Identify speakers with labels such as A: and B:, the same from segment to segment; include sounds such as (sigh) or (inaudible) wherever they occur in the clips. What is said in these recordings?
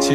A: 其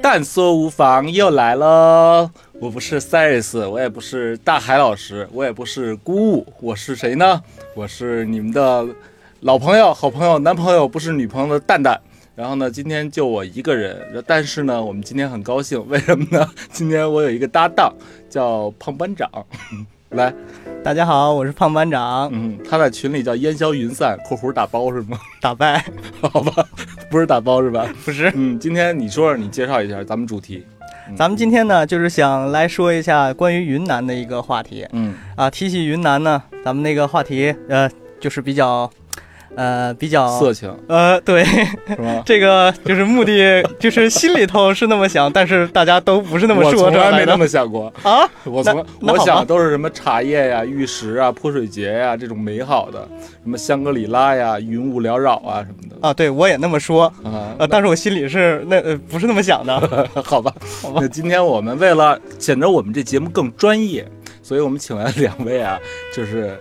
B: 但说无妨又来喽！我不是 Cyrus，我也不是大海老师，我也不是孤鹜，我是谁呢？我是你们的老朋友、好朋友、男朋友，不是女朋友的蛋蛋。然后呢，今天就我一个人，但是呢，我们今天很高兴，为什么呢？ (laughs) 今天我有一个搭档叫胖班长， (laughs) 来，
C: 大家好，我是胖班长，
B: 嗯，他在群里叫烟消云散（括弧打包是吗？
C: 打败
B: (laughs) 好吧，不是打包是吧？
C: 不是。
B: 嗯，今天你说说，你介绍一下咱们主题。
C: 咱们今天呢，就是想来说一下关于云南的一个话题
B: 嗯
C: 啊。提起云南呢，咱们那个话题呃，就是比较呃比较
B: 色
C: (laughs)
B: 情
C: 呃，对，
B: 是吗？
C: 这个就是目的，就是心里头是那么想，但是大家都不是那么
B: 我
C: 说
B: 从
C: 出
B: 来
C: 来
B: 没那
C: 的
B: 么想
C: (laughs)
B: 过，
C: 啊。
B: 我从来
C: 那
B: 我
C: 好吧
B: 想的都是什么茶叶呀、玉石啊、泼水节呀这种美好的，什么香格里拉呀、云雾缭绕啊什么的
C: 啊，对我也那么说，
B: 啊。
C: 呃，但是我心里是那呃不是那么想
D: (laughs)
C: 的。
B: (laughs) 好吧，那今天我们为了显得我们这节目更专业，所以我们请来了两位啊， (laughs) 就是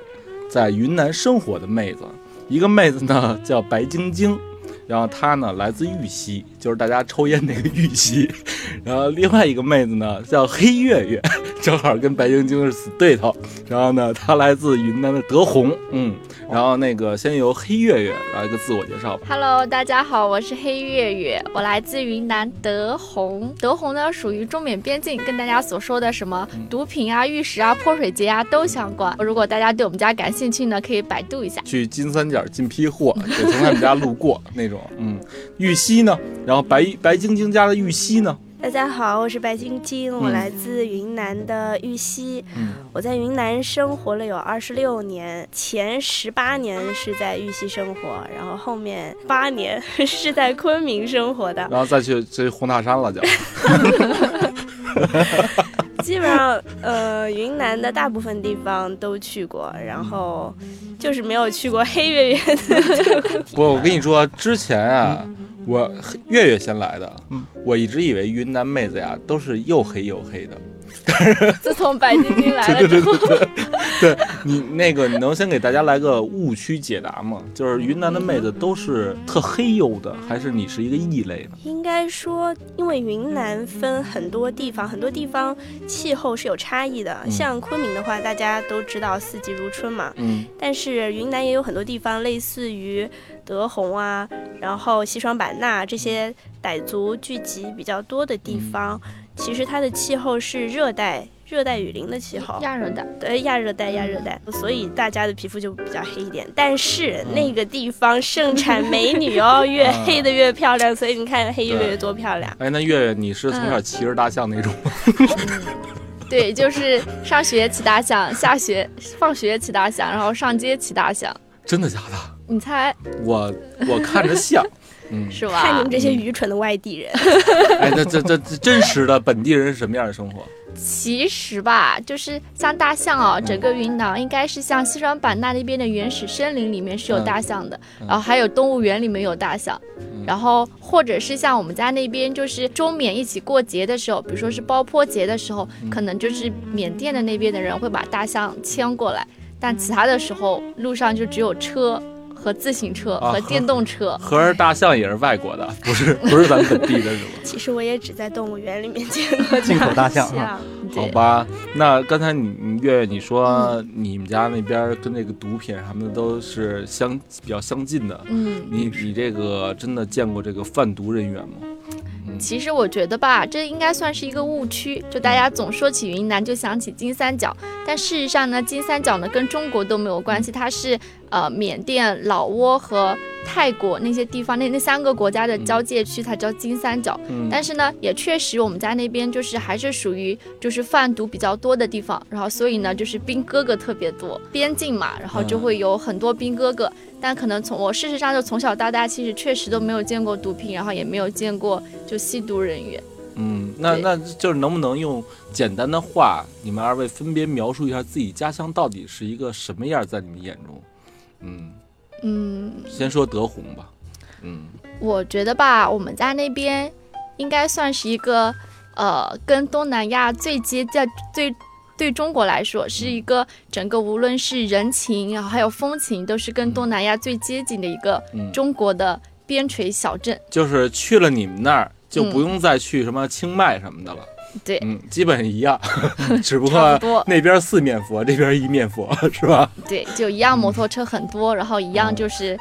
B: 在云南生活的妹子，一个妹子呢叫白晶晶。然后她呢来自玉溪，就是大家抽烟那个玉溪。 (laughs) 然后另外一个妹子呢叫黑月 (laughs) 月，正好跟白晶晶是死对头。然后呢，她来自云南的德宏，嗯。然后那个先由黑月月来一个自我介绍吧。
E: Hello，大家好，我是黑月月，我来自云南德宏。德宏呢属于中缅边境，跟大家所说的什么毒品啊、玉石啊、泼水节啊都相关。如果大家对我们家感兴趣呢，可以百度
B: (laughs)
E: 一下。
B: 去金三角进批货， (laughs) 得从他们家路过那种。嗯，玉溪呢，然后白白晶晶家的玉溪呢，
D: 大家好，我是白晶晶，我来自云南的玉溪。
B: 嗯
D: 我在云南生活了有二十六年，前十八年是在玉溪生活，然后后面八年 (laughs) 是在昆明生活的。
B: 然后再去去红塔山了就。
D: 基本上，呃，云南的大部分地方都去过，然后就是没有去过黑月月
B: 不，我跟你说，之前啊，我月月先来的
C: 嗯，
B: 我一直以为云南妹子呀都是又黑又黑的。
E: 自从白晶晶来了之后，
B: 你那个，你能先给大家来个误区解答吗？就是云南的妹子都是特黑黝的，还是你是一个异类呢？
D: (laughs) 应该说，因为云南分很多地方，很多地方气候是有差异的。
B: 嗯
D: 像昆明的话，大家都知道四季如春嘛，
B: 嗯，
D: 但是云南也有很多地方，类似于德宏啊，然后西双版纳这些傣族聚集比较多的地方，
B: 嗯
D: 其实它的气候是热带。热带雨林的气
B: 嗯
D: 候，
E: 亚热带
D: 对亚热带，亚热带，所以大家的皮肤就比较黑一点。但是那个地方盛产美
B: (laughs)
D: 女哦，越
B: 啊
D: 黑的越漂亮，所以你看黑
B: 对
D: 月月多漂亮。
B: 哎，那月月你是从小
E: 嗯
B: 骑着大象那种吗？
E: 对，就是上学骑大象，下学放学骑大象，然后上街骑大象。
B: 真的假的？
E: 你猜
B: 我我看着像，嗯，
E: 是
D: 看你
E: 吧
D: 们？这些愚蠢的外地人，
B: (laughs) 哎，那这这这真实的本地人是什么样的生活？
E: 其实吧，就是像大象哦，
B: 嗯
E: 整个云南应该是像西双版纳那边的原始森林里面是有大象的，
B: 嗯
E: 然后还有动物园里面有大象，
B: 嗯
E: 然后或者是像我们家那边就是中缅一起过节的时候，比如说是包坡节的时候，
B: 嗯
E: 可能就是缅甸的那边的人会把大象牵过来，但其他的时候路上就只有车和自行车
B: 嗯啊
E: 和电动车。
B: 合着大象也是外国的，不是不是咱们本地的，是吗？
D: 其实我也只在动物园里面见过
C: 进口啊大
B: 啊
C: 象
D: 象。
E: (laughs) 对
B: 好吧，那刚才你你月月你说你们家那边跟这个毒品什么的都是相比较相近的，
E: 嗯，
B: 你你这个真的见过这个贩毒人员吗？
E: 其实我觉得吧，这应该算是一个误区。就大家总说起云南就想起金三角，但事实上呢，金三角呢跟中国都没有关系，它是呃缅甸、老挝和泰国那些地方那那三个国家的交界区，它叫金三角。
B: 嗯，
E: 但是呢，也确实我们家那边就是还是属于就是贩毒比较多的地方，然后所以呢就是兵哥哥特别多，边境嘛，然后就会有很多兵哥哥。但可能从我事实上就从小到大，其实确实都没有见过毒品，然后也没有见过就吸毒人员。
B: 嗯，那
E: 对
B: 那就是能不能用简单的话，你们二位分别描述一下自己家乡到底是一个什么样，在你们眼中？嗯，
E: 嗯，
B: 先说德宏吧。嗯，
E: 我觉得吧，我们家那边应该算是一个，呃，跟东南亚最接近、最对中国来说是一个整个无论是人情，然后还有风情，都是跟东南亚最接近的一个
B: 嗯
E: 中国的边陲小镇。
B: 就是去了你们那儿，就
E: 嗯
B: 不用再去什么清迈什么的了。
E: 对
B: 嗯，基本一
E: (laughs)
B: 样，只不
E: 差
B: 过
E: 不多
B: 那边四面佛，这边一面佛， (laughs) 是吧？
E: 对，就一样摩托车很多，然后一样就是，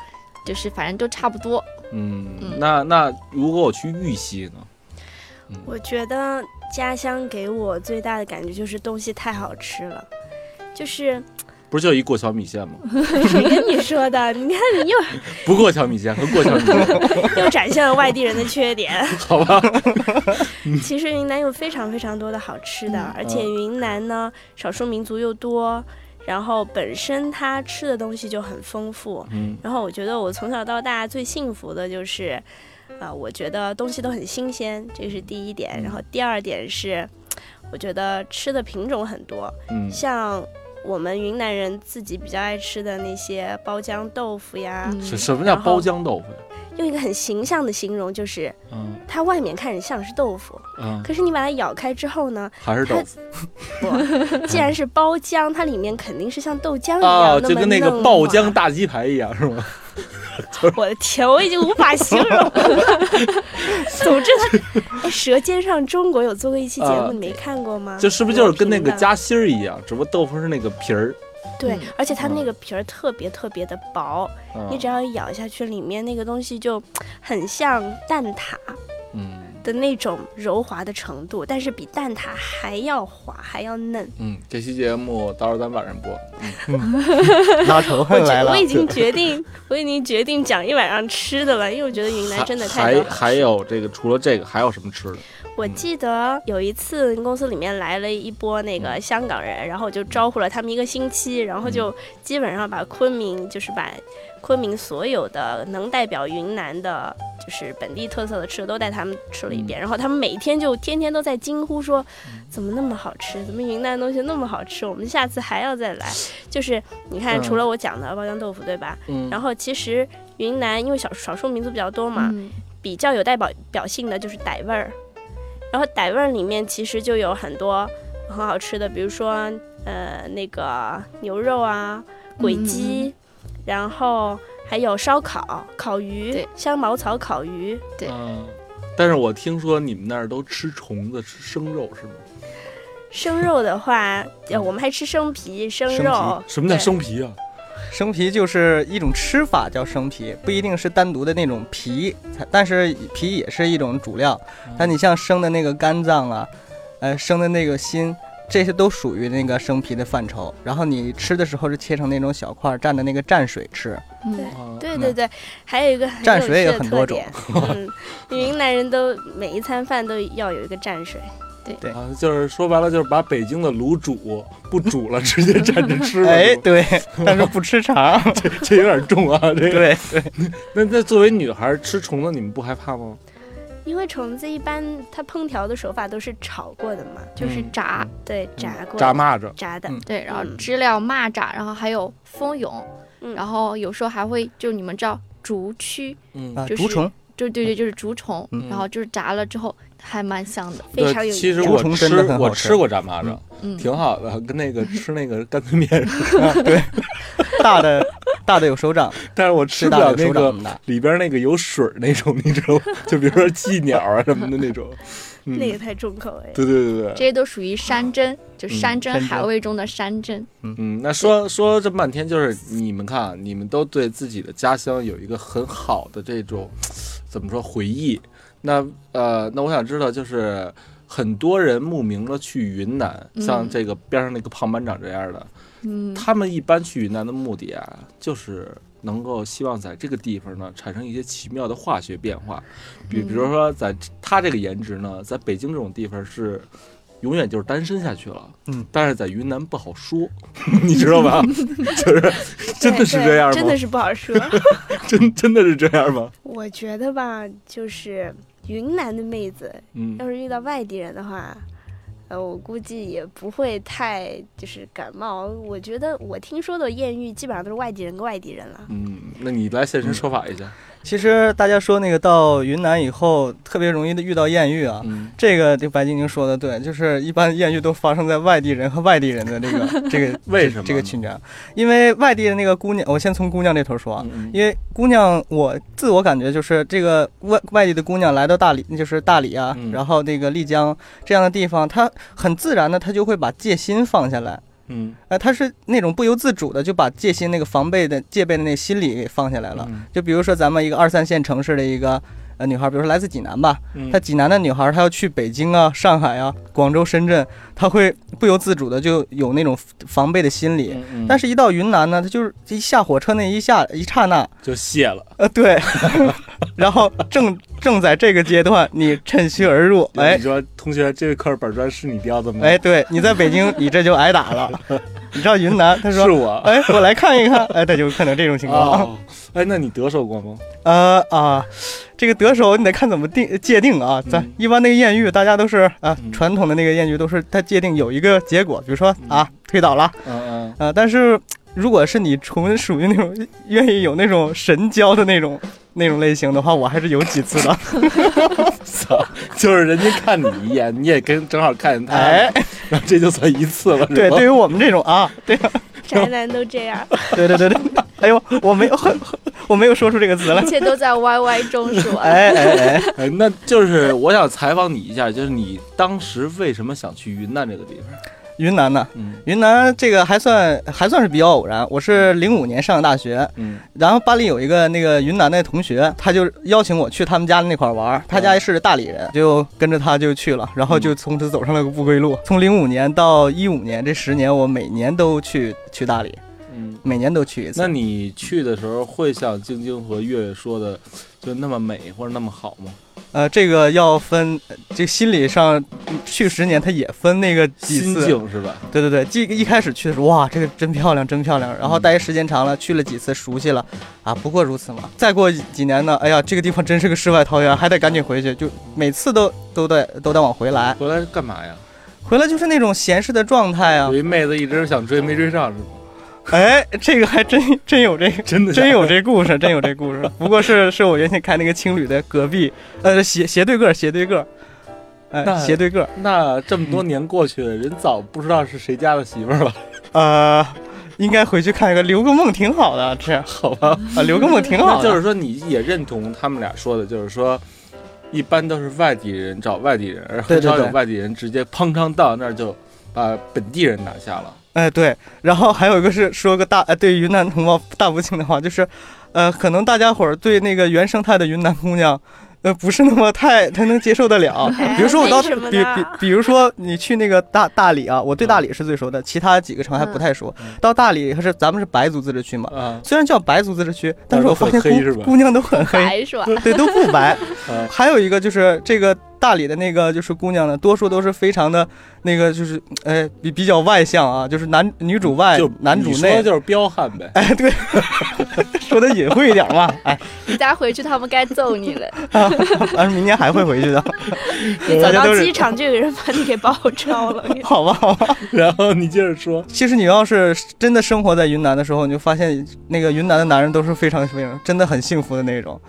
E: 就是反正都差不多。
B: 嗯，
E: 嗯
B: 那那如果我去玉溪呢？
D: 我觉得家乡给我最大的感觉就是东西太好吃了，就是
B: 不是就一过桥米线吗？
D: 谁跟你说的？你看你又
B: 不过桥米线和过桥米
E: (laughs)
B: 线，
D: 又展现了外地人的缺点。
B: 好吧？
D: 其实云南有非常非常多的好吃的，
E: 嗯
D: 而且云南呢少数民族又多，然后本身它吃的东西就很丰富。
B: 嗯
D: 然后我觉得我从小到大最幸福的就是，啊、我觉得东西都很新鲜，这是第一点。然后第二点是，我觉得吃的品种很多，
B: 嗯
D: 像我们云南人自己比较爱吃的那些包浆豆腐呀，
E: 嗯，
B: 什什么叫
D: 然后
B: 包浆豆腐呀？
D: 用一个很形象的形容就是，
B: 嗯
D: 它外面看着像是豆腐，
B: 嗯，
D: 可是你把它咬开之后呢，
B: 还是豆腐。
D: 不，既然是包浆，它里面肯定是像豆浆一样、
B: 啊，就跟那个爆浆。大鸡排一样，是吗？
D: 我的天，我已经无法形
B: (laughs)
D: 容了。总之它，哎，《舌尖上中国》有做过一期节目，
B: 啊
D: 你没看过吗？
B: 就是不是就是跟那个
D: 我评的
B: 夹心儿一样，只不过豆腐是那个皮儿。
D: 对
E: 嗯，
D: 而且它那个皮儿特别特别的薄，
C: 啊
B: 嗯
D: 你只要一咬下去，里面那个东西就很像蛋挞
B: 嗯
D: 的那种柔滑的程度，但是比蛋挞还要滑，还要嫩。
B: 嗯，这期节目到时候咱晚上播。
C: 拉仇
D: 我
C: 恨来
D: 觉
C: 了
D: 我。已经决定，我已经决定讲一晚上吃的了，因为我觉得云南真的太
B: 还还
D: 棒了。
B: 还有这个，除了这个还有什么吃的？
D: 我
B: 嗯
D: 记得有一次公司里面来了一波那个
B: 嗯
D: 香港人，然后我就招呼了他们一个星期，然后就
B: 嗯
D: 基本上把昆明，就是把昆明所有的能代表云南的，就是本地特色的吃的都带他们吃了一
B: 嗯
D: 遍，然后他们每天就天天都在惊呼说，怎么那么好吃，怎么云南的东西那么好吃，我们下次还要再来。就是你看，
B: 嗯
D: 除了我讲的包浆豆腐，对吧？
B: 嗯
D: 然后其实云南因为少少数民族比较多嘛，
E: 嗯
D: 比较有代表表性的就是傣味儿，然后傣味儿里面其实就有很多很好吃的，比如说呃那个牛肉啊、鬼鸡，然后还有烧烤、烤鱼
E: 对、
D: 香茅草烤鱼，
E: 对
B: 嗯，但是我听说你们那儿都吃虫子，吃生肉是吗？
D: 生肉的话，呃我们还吃生皮、生
B: 生
D: 肉
B: 皮？，什么叫
D: 哦对
B: 生皮啊？
C: 生皮就是一种吃法，叫生皮，不一定是单独的那种皮，它但是皮也是一种主料。但你像生的那个肝脏啊，呃，生的那个心，这些都属于那个生皮的范畴。然后你吃的时候是切成那种小块儿，蘸着那个蘸水吃。
E: 嗯
B: 啊
D: 对对对，还有一个很
C: 蘸
D: 有
C: 水也
D: 趣的
C: 很
D: 特
C: 多种
D: 点，嗯，云南人都每一餐饭都要有一个蘸水。
C: 对
B: 啊，就是说白了，就是把北京的卤煮不煮了，直接蘸着吃了。
C: 哎，
B: 是吧，
C: 对，但是不吃 (laughs) 肠。
B: (laughs) 这有点重啊，这个。
C: 对，
B: 那那作为女孩儿吃虫子，你们不害怕吗？
D: 因为虫子一般它烹调的手法都是炒过的嘛，
E: 就是炸，
D: 对，炸
B: 嗯
D: 过、
B: 炸蚂蚱，
D: 炸的，
B: 嗯
E: 对，然后
D: 嗯
E: 知了、蚂蚱，然后还有蜂蛹，
D: 嗯
E: 然后有时候还会就你们知道竹蛆，
B: 嗯
C: 啊，
E: 就是
C: 竹虫，
E: 就对对，就是竹虫，
C: 嗯
E: 然后就是炸了之后还蛮香的，
D: 非常有
B: 其
D: 营
B: 实
D: 养。
B: 我
C: 虫
B: 吃
C: 真的很好
B: 我
C: 吃
B: 吃过炸蚂蚱，
E: 嗯，
B: 挺好的，跟那个吃那个干脆 (laughs) 面似的。
C: 大的大的有手掌，
B: 但是我吃不
C: 最大的
B: 了
C: 有
B: 那
C: 手掌那
B: 个
C: 么大。
B: 里边那个有水儿那种，你知道吗？就比如
D: (laughs)
B: 说寄鸟啊什么的那种。嗯，
D: 那
B: 对
D: 个太重口味。
B: 对对对
E: 这
B: 对。
E: 些都属于山珍，就山珍
C: 山珍
E: 海味中的山珍。
B: 嗯，那说说这么半天，就是你们看啊，你们都对自己的家乡有一个很好的这种怎么说回忆？那呃，那我想知道，就是很多人慕名了去云南，
E: 嗯
B: 像这个边上那个胖班长这样的，
E: 嗯， (laughs)
B: 他们一般去云南的目的啊，就是能够希望在这个地方呢产生一些奇妙的化学变化，比
E: 嗯
B: 比如说在他这个颜值呢，在北京这种地方是永远就是单身下去了，
C: 嗯，
B: 但是在云南不好说，你知道吧？就是真的是
D: 对
B: 这样吗？ (laughs)
D: 真的是不好说。
B: 真真的是这样吗？
D: 我觉得吧，就是云南的妹子，
B: 嗯
D: 要是遇到外地人的话，呃，我估计也不会太就是感冒。我觉得我听说的艳遇基本上都是外地人跟外地
B: (laughs)
D: 人了。
B: 嗯，那你来现身说法一下。
C: 其实大家说那个到云南以后，特别容易的遇到艳遇啊。
B: 嗯，
C: 这个这白晶晶说的对，就是一般艳遇都发生在外地人和外地人的
B: (laughs)
C: 这个这个
B: 为什么呢
C: 这个群聊？因为外地的那个姑娘，我先从姑娘这头说啊，
B: 嗯
C: 因为姑娘我自我感觉就是这个外外地的姑娘来到大理，就是大理啊，
B: 嗯
C: 然后那个丽江这样的地方，她很自然的她就会把戒心放下来。
B: 嗯
C: 呃，她是那种不由自主的就把戒心那个防备的戒备的那个心理给放下来了。
B: 嗯
C: 就比如说咱们一个二三线城市的一个呃女孩，比如说来自济南吧，
B: 嗯
C: 她济南的女孩，她要去北京啊、上海啊、广州、深圳，她会不由自主的就有那种防备的心理。
B: 嗯
C: 但
B: 是
C: 是，一到云南呢，她就是一下火车那一下一刹那，
B: 就谢了，
C: 呃，
B: (laughs)
C: 对，然后正正在这个阶段，你趁虚而
B: (laughs)
C: 入，哎
B: 你，说同学，这块板砖是你雕的吗？
C: 哎，，对你在
B: (laughs)
C: 北京，你这就挨打了。你知道云南，他
B: 是
C: 说，
B: 我。
C: 哎，我来看一看，哎，他就可能这种情况。
B: 哦，哎，那你得手过吗？
C: 呃啊，这个得手你得看怎么定界定啊。咱
B: 嗯
C: 一般那个艳遇，大家都是啊
B: 嗯，
C: 传统的那个艳遇都是它界定有一个结果，比如说啊推倒了
B: 嗯
C: 啊，但是如果是你纯属于那种愿意有那种神交的那种 (laughs) 那种类型的话，我还是有几次 (laughs) 的。
B: 嗯，操，就是人家看你一眼，你也跟正好看见他，
C: 哎，，
B: 然后这就算一次了，
C: 对，对于我们这种啊，对
D: 宅男都这样，
C: (laughs) 对对对对， (laughs) 哎呦，我没有我没有说出这个词来
E: 一，切都在
B: (laughs)
E: YY 中是
D: 啊
E: 吧？
C: (laughs) 哎哎哎，
B: 哎，那就是我想采访你一下，就是你当时为什么想去云南这个地方？
C: 云南呢？
B: 嗯
C: 云南这个还算还算是比较偶然，我是零五年上的大学，
B: 嗯
C: 然后班里有一个那个云南的同学，他就邀请我去他们家那块儿玩儿，他家是大理人，就跟着他就去了，然后就从此走上了个不归
B: 嗯
C: 路。从零五年到一五年这十年，我每年都去去大理，
B: 嗯。
C: 每年都去一次。
B: 那你去的时候会像晶晶和月月说的，就那么美或者那么好吗？
C: 呃，这个要分，呃这心理上去十年，他也分那个几
B: 心
C: 次。
B: 境是吧？
C: 对对对，记一开始去的时候，哇，这个真漂亮，真漂亮。然后待时间长了，去了几次，熟悉了，啊，不过如此嘛。再过几年呢，哎呀，这个地方真是个世外桃源，还得赶紧回去，就每次都都得都得往回来，
B: 回来干嘛呀？
C: 回来就是那种闲适的状态啊
B: 有。一妹子一直想追，没追上是吗？
C: 哎，这个还真真有这个。
B: 真的
C: 真有这故
B: (laughs)
C: 事，真有这故事。不过是是我原先开那个青旅的隔壁，呃，斜斜对个儿斜对个儿，哎、
B: 那
C: 斜对个儿，
B: 那这么多年过去了，人早不知道是谁家的媳妇儿了，
C: 呃，应该回去看一个，留个梦挺好的，这样
B: 好吧？
C: 啊，留个梦挺
B: 那
C: 好的。
B: 就是说，你也认同他们俩说的，就是说，一般都是外地人找外地人，而
C: 对
B: 很
C: 对
B: 少有
C: 对
B: 外地人直接砰砰到那儿就把本地人拿下了。
C: 哎，对，然后还有一个是说个大，呃，对云南同胞大不敬的话，就是，呃，可能大家伙儿对那个原生态的云南姑娘，呃，不是那么太太能接受得
D: (laughs)
C: 了。
D: 哎
C: 比如说我到，
D: 为什么
C: 比比
D: 呢，
C: 比如说你去那个大大理啊，我对大理是最熟的，其他几个城还不太熟。
B: 嗯
C: 到大理还是咱们是白族自治区嘛，
B: 啊
C: 虽然叫白族自治区，
B: 但
C: 但是
B: 是
C: 我
B: 都
C: 发
B: 很
C: 现
B: 黑是
C: 姑
B: 吧
C: 姑娘都很黑，
E: 白是吧？
C: 对，都不白。
B: 啊
C: 还有一个就是这个大理的那个就是姑娘呢，多数都是非常的，那个就是呃比比较外向啊，就是男女主外
B: 就，
C: 男主
B: 你说
C: 内
B: 的。就是彪悍呗。
C: 哎，对， (laughs) 说的隐晦一点
B: (laughs)
C: 嘛。哎，
E: 你再回去，他们该揍你了。
C: 但啊是明年还会回去的，
D: 你
C: 大 (laughs)
D: 走
C: 家都
D: 到
C: 是
D: 机场就有人把你给包抄了。
B: (laughs)
C: (laughs) 好吧，好吧。
B: 然后你接着说，
C: 其实你要是真的生活在云南的时候，你就发现那个云南的男人都是非常非常真的很幸福的那种，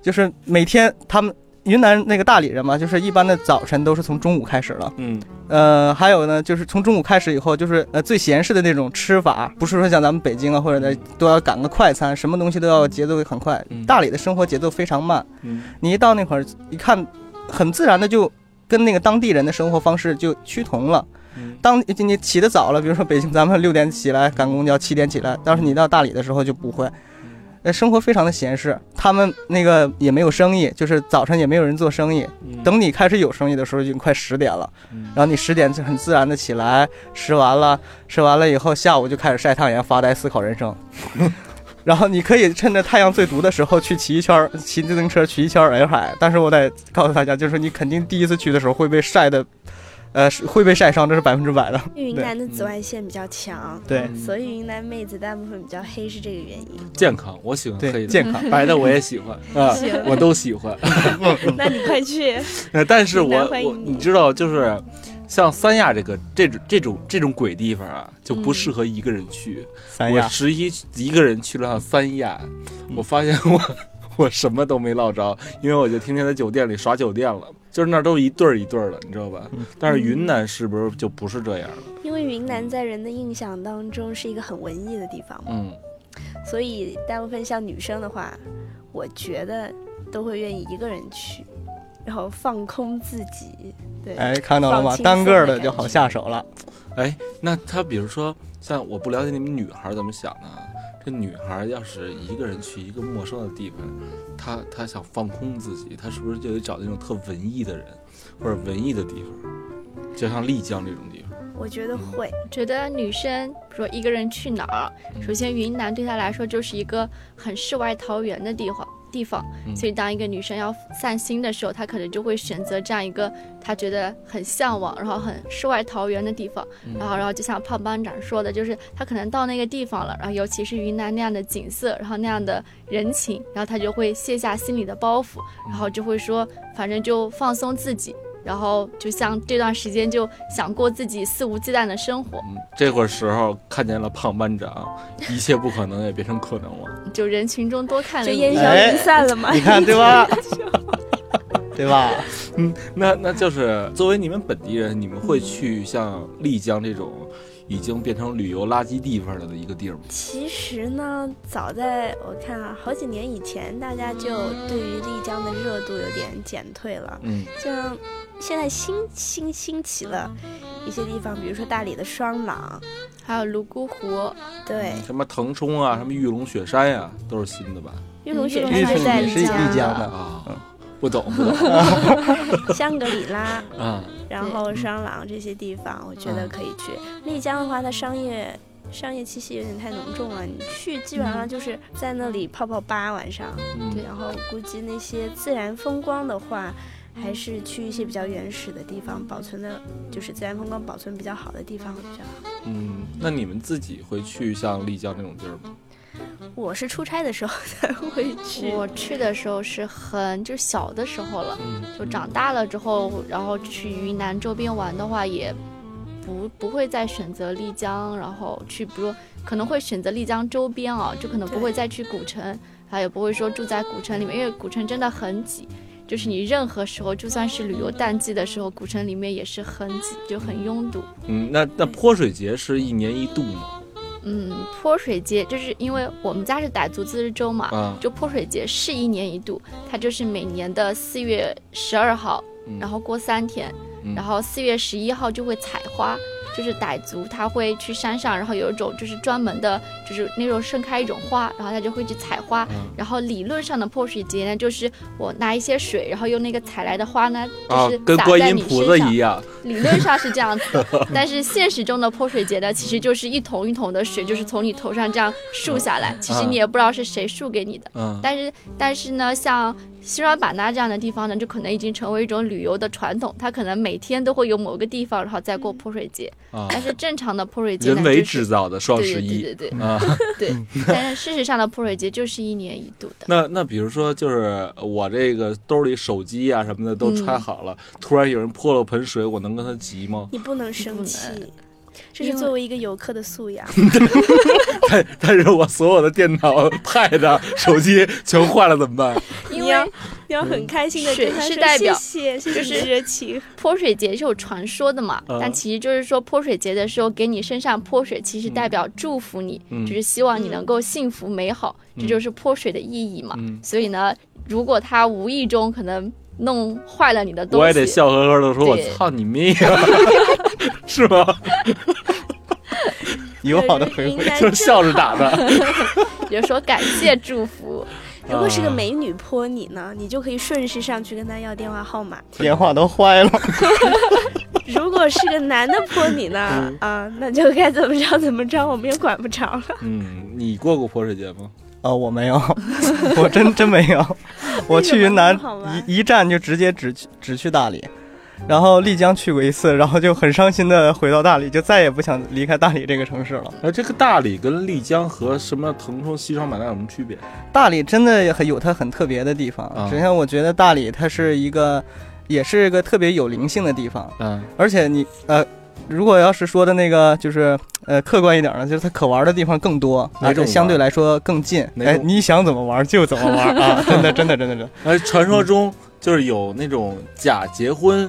C: 就是每天他们云南那个大理人嘛，就是一般的早晨都是从中午开始了。
B: 嗯，
C: 呃，还有呢，就是从中午开始以后，就是呃最闲适的那种吃法，不是说像咱们北京啊或者在都要赶个快餐，什么东西都要节奏很快
B: 嗯。
C: 大理的生活节奏非常慢，
B: 嗯
C: 你一到那会儿一看，很自然的就跟那个当地人的生活方式就趋同了。
B: 嗯
C: 当你你起得早了，比如说北京咱们六点起来赶公交，七点起来，但是你到大理的时候就不会。呃，生活非常的闲适，他们那个也没有生意，就是早晨也没有人做生意。
B: 嗯
C: 等你开始有生意的时候，已经快十点了。然后你十点就很自然的起来，吃完了，吃完了以后，下午就开始晒太阳，发呆思考人
D: (laughs)
C: 生。然后你可以趁着太阳最毒的时候去骑一圈儿，骑哎自行车骑一圈儿洱海。但是我得告诉大家，就是你肯定第一次去的时候会被晒的呃，是会被晒伤，这是百分之百的。
D: 因为云南的
B: 嗯
D: 紫外线比较强，
C: 对，
D: 所以云南妹子大部分比较黑是这个原
B: (laughs)
D: 因。
B: 健康，我喜欢
C: 对
B: 黑的，
C: 健
D: (laughs)
C: 康
B: 白的我也喜
C: (laughs)
B: 欢啊
D: 行，
B: 我都喜欢。 (laughs)
D: 那你快去，
B: 呃但是
D: 云
B: 我
D: 南欢迎
B: 我
D: 你
B: 你知道，就是像三亚这个这种这种这种鬼地方啊，就不
E: 嗯
B: 适合一个人去。
C: 三
B: 我
C: 亚，
B: 十一一个人去了趟三亚，我发现我我什么都没落着，因为我就天天在酒店里耍酒店了，就是那儿都一对儿一对儿的，你知道吧？但是云南是不是就不是这样了？
D: 因为云南在人的印象当中是一个很文艺的地方嘛，
B: 嗯，
D: 所以大部分像女生的话，我觉得都会愿意一个人去，然后放空自己。对，
C: 哎，看到了吗
D: 放？轻松
C: 单个儿
D: 的
C: 的
D: 感
C: 就好
D: 觉
C: 下手了。
B: 哎，那他比如说，像我不了解你们女孩儿怎么想的啊，这女孩儿要是一个人去一个陌生的地方，她她想放空自己，她是不是就得找那种特文艺的人或者文艺的地方，就像丽江这种地方？
D: 我觉得会。
E: (laughs) 觉得女生，比如说一个人去哪儿，首先云南对她来说就是一个很世外桃源的地方。地方，
B: 嗯
E: 所以当一个女生要散心的时候，她可能就会选择这样一个她觉得很向往，然后很世外桃源的地方。然后，然后就像胖班长说的，就是她可能到那个地方了，然后尤其是云南那样的景色，然后那样的人情，然后她就会卸下心里的包袱，然后就会说，反正就放松自己，然后就像这段时间就想过自己肆无忌惮的生活。
B: 嗯，这会儿时候看见了胖班长，一切不可能也变成可能了。
E: 就人群中多看
D: 就
E: 了一
D: 烟
E: 眼。
D: 消
C: 哎
D: 云散了嘛。
C: 你
D: (laughs)
C: 看对吧？对吧？
B: (laughs) 那那就是作为你们本地人，你们会去像丽江这种已经变成旅游垃圾地方了的一个地儿吗？
D: 其实呢，早在我看啊，好几年以前，大家就对于丽江的热度有点减退了。
B: 嗯
D: 像现在新新兴起了一些地方，比如说大理的双廊，
E: 还有泸沽湖，
D: 对，
B: 什么腾冲啊，什么玉龙雪山呀、都是新的吧？
D: 玉龙雪
E: 玉
C: 玉
E: 龙
D: 山
C: 是
D: 是在
C: 也是
D: 丽
C: 丽江
D: 江，
C: 的，
B: 啊，不懂不 (laughs) 懂
D: (laughs) 香格里拉，
B: 啊，
D: 然后双廊这些地方，我觉得可以去。丽江的话，它商业。商业气息有点太浓重了，你去基本上就是在那里泡泡吧，晚上，
B: 嗯，
D: 然后估计那些自然风光的话，还是去一些比较原始的地方，保存的就是自然风光保存比较好的地方会比较好。
B: 嗯，那你们自己会去像丽江这种地儿吗？
D: 我是出差的时候才 (laughs) 会去，？
E: 我去的时候是很就小的时候了，
B: 嗯，
E: 就长大了之后，然后去云南周边玩的话，也不不会再选择丽江，然后去比如可能会选择丽江周边啊，就可能不会再去古城，然后也不会说住在古城里面，因为古城真的很挤。就是你任何时候，就算是旅游淡季的时候，古城里面也是很挤，就很拥堵。
B: 嗯，那那泼水节是一年一度吗？
E: 嗯，泼水节就是因为我们家是傣族自治州嘛，
B: 啊，
E: 就泼水节是一年一度，它就是每年的四月十二号，
B: 嗯
E: 然后过三天，
B: 嗯
E: 然后四月十一号就会采花，就是傣族他会去山上，然后有一种就是专门的，就是那种盛开一种花，然后他就会去采花。
B: 嗯
E: 然后理论上的泼水节呢，就是我拿一些水，然后用那个采来的花呢，
B: 啊
E: 就是，
B: 跟
E: 洒
B: 观
E: 在
B: 音
E: 你
B: 菩
E: 身
B: 萨
E: 上
B: 一样，
E: 理论上是这样子的，
B: (laughs)
E: 但是现实中的泼水节呢，其实就是一桶一桶的水，就是从你头上这样漱下来，其
B: 啊
E: 实你也不知道是谁漱给你的。
B: 嗯，
E: 但是，但是呢，像西双版纳这样的地方呢，就可能已经成为一种旅游的传统，它可能每天都会有某个地方，然后再过泼水节。
B: 啊，
E: 但是正常的泼水节呢，
B: 人为
E: 就是
B: 制造的双
E: 对
B: 十
E: 对
B: 一
E: 对对
B: (laughs)
E: 对
B: 啊。
E: 对，但是事实上的泼水节就是一年一度
B: (laughs)
E: 的。
B: 那那比如说，就是我这个兜里手机啊什么的
E: 嗯
B: 都揣好了，突然有人泼了盆水，我能跟他急吗 (laughs)
D: 你不能生
E: 不
D: 气，这
E: 因
D: 是
E: 为
D: 作为一个游客的素 (laughs) 养。
B: 但但
E: (laughs)
B: 是我所有的电脑、Pad、手啊机全坏了怎么
E: (laughs)
B: 办？
E: 因
D: 你
E: 为
D: 要嗯你要很开心的
E: 水
D: 跟他
E: 是
D: 说
E: 代表
D: 谢谢，
E: 就
D: 谢谢
E: 是
D: 你热情。
E: 泼水节是有传说的嘛，
B: 嗯
E: 但其实就是说泼水节的时候给你身上泼水，其实代表祝福你，
B: 嗯
E: 就是希望你能够幸福美好，
B: 嗯
E: 这就是泼水的意义嘛。
B: 嗯
E: 所以呢，如果他无意中可能弄坏了你的东西，
B: 我也得笑呵呵的说：“我
E: 对
B: 操你妹啊！”
E: (laughs)
B: 是吗？
C: 友好的回
D: 应
C: 馈。
D: 该
B: 就是笑着打的。
E: 比如说感谢祝
C: 啊
E: 福，
D: 如果是
E: 嗯
D: 个美女泼你呢，你就可以顺势上去跟她要电话号码； (laughs)
C: 电话都坏了，
D: 如果是个男的泼你呢，
C: 嗯
D: 啊，那就该怎么着怎么着，我们也管不着了。
B: (laughs)
D: (laughs)
B: 嗯，你过过泼水节吗？
C: 啊，我没有， (laughs) 我
D: (laughs)
C: 真真没有。我去云南
D: 好玩
C: 一一站就直接只去只去大理，然后丽江去过一次，然后就很伤心的回到大理，就再也不想离开大理这个城市了。
B: 哎，这个大理跟丽江和什么腾冲、西双版纳有什么区别？
C: 大理真的很有它很特别的地方，
B: 啊
C: 首先我觉得大理它是一个，也是一个特别有灵性的地方，
B: 嗯，
C: 而且你呃。如果要是说的那个，就是呃客观一点呢，就是它可玩的地方更多，
B: 哪
C: 而
B: 种
C: 且
B: 玩
C: 相对来说更近。
B: 哪
C: 哎，
B: 种
C: 你想怎么玩就怎么玩
B: (laughs)
C: 啊！真的，真的，真的，真的。
B: 哎，传说中就是有那种假结婚、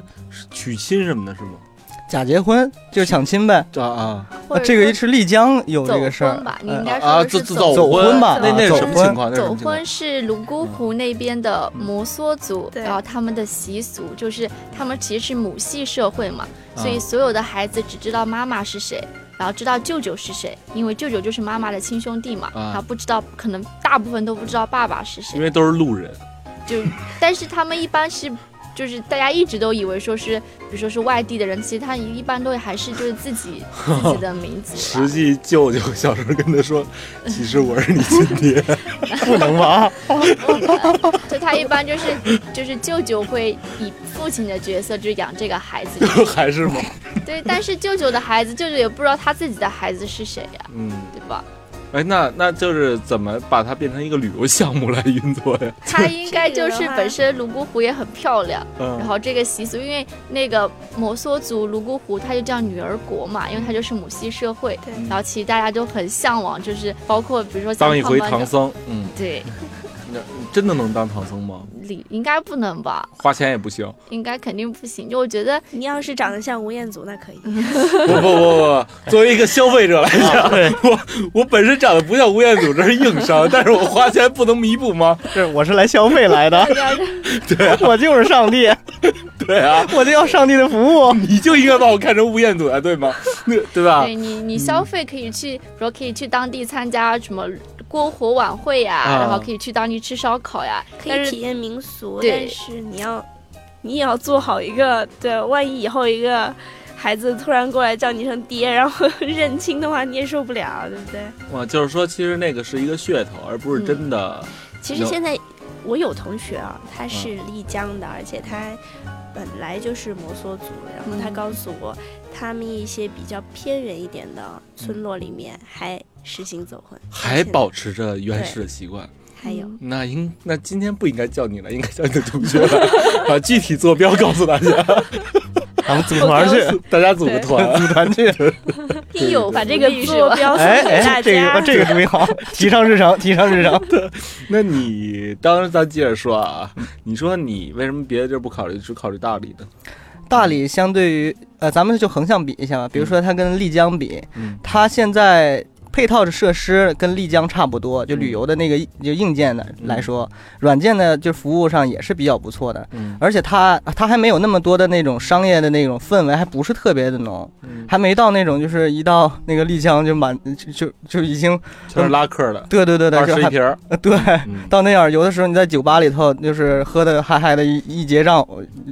B: 娶亲什么的，是吗？
C: 假结婚就是抢亲呗，
B: 啊啊
E: 或者
C: 这个
E: 说
C: 是丽江有
E: 走
C: 这个事儿
E: 婚吧，你
C: 呃
E: 应该
B: 啊！
E: 说
B: 自
E: 是
B: 自
C: 走
B: 婚
C: 婚吧
B: 那那是
C: 走
B: 什么
C: 婚
B: 情况？那是什
E: 走
B: 么情况
E: 婚是泸
C: 嗯
E: 沽湖那边的摩梭族，
D: 对
E: 然后他们的习俗就是他们其实是母系社会嘛，
B: 啊
E: 所以所有的孩子只知道妈妈是谁，然后知道舅舅是谁，因为舅舅就是妈妈的亲兄弟嘛，
B: 啊
E: 然后不知道可能大部分都不知道爸爸是
B: 因
E: 谁，
B: 为都是路人，
E: 就但是他们一般是。就是大家一直都以为说是，比如说是外地的人，其实他一般都还是就是自己自己的名字啦
B: 实际舅舅小时候跟他说：“其实我是你亲爹。
C: 不能玩。
E: (laughs) 就他一般就是就是舅舅会以父亲的角色就是养这个孩子，”
B: 还是吗？
E: 对，但是舅舅的孩子，舅舅也不知道他自己的孩子是谁呀、
B: 嗯，
E: 对吧？
B: 哎，那那就是怎么把它变成一个旅游项目来运作呀？
E: 他应该就是本身泸沽湖也很漂亮，然
B: 嗯，
E: 后这个习俗，因为那个摩梭族泸沽湖，它就叫女儿国嘛，因为它就是母系社会，
D: 对
E: 然后其实大家都很向往，就是包括比如说像
B: 当一回
E: 胖班
B: 唐
E: 长，
B: 僧，嗯，
E: 对，
B: 真的能当唐僧吗？
E: 理应该不能吧？
B: 花钱也不行。
E: 应该肯定不行。就我觉得
D: 你要是长得像吴彦祖，那可以。
E: 嗯
B: 不不不不，作为一个消费者来讲，我我本身长得不像吴彦祖，这是硬伤，但是我花钱不能弥补吗？
C: 是，我是来消费来
E: (laughs)
C: 的， (laughs) 啊我就是上帝， (laughs)
B: 对啊，
C: 我就要上帝的服务。
B: 你就应该把我看成吴彦祖才啊对吗？那对
C: 啊
B: 吧？
E: 对你，你消费可以去，比如可以去当地参加什么篝火晚会呀、
B: 啊
E: 然后可以去当地吃烧烤呀。
D: 可
E: 但
D: 以
E: 是
D: 体验民俗，
E: 对
D: 但是你要，你也要做好一个，对，万一以后一个孩子突然过来叫你一声爹，然后认亲的话，你也受不了，对不对？
B: 哇，就是说，其实那个是一个噱头，而不是真的。
D: 其实
B: 有
D: 现在我有同学啊，
C: 嗯
D: 他是丽江的，而且他本来就是摩梭族，然后他
E: 嗯
D: 告诉我，他们一些比较偏远一点的村
C: 嗯
D: 落里面还实行走婚，
B: 还保持着原始的习惯，
D: 还有。
B: 那应那今天不应该叫你了，应该叫你的同学了，把具体坐标告诉大家，
C: 咱们组团去，
B: 大家组个团。
C: 组团去。
E: 应有
D: 把
E: 把
D: 这个
C: (laughs)
D: 坐标送
C: 哎
D: 给大
C: 哎，
D: 家。
C: 这个这个主意
E: (laughs)
C: 好，提上日程，提上日程。
B: (laughs) 那你当然咱接着说啊，你说你为什么别的地儿不考虑，只考虑大理呢？
C: (laughs) 大理相对于呃，咱们就横向比一下吧，比如说它跟丽江比，
B: 嗯
C: 它现在配套的设施跟丽江差不多，就旅游的那个就硬件的来说，软件呢就服务上也是比较不错的，
B: 嗯
C: 而且它它还没有那么多的那种商业的那种氛围，还不是特别的浓，
B: 嗯，
C: 还没到那种就是一到那个丽江就满就就就已经
B: 全是拉客的，
C: 对对对对，
B: 二
C: 就
B: 十一
C: 还
B: 瓶儿。
C: 呃
B: (laughs)
C: 对。
B: 嗯
C: 到那样，有的时候你在酒吧里头，就是喝的嗨嗨的一，一结账，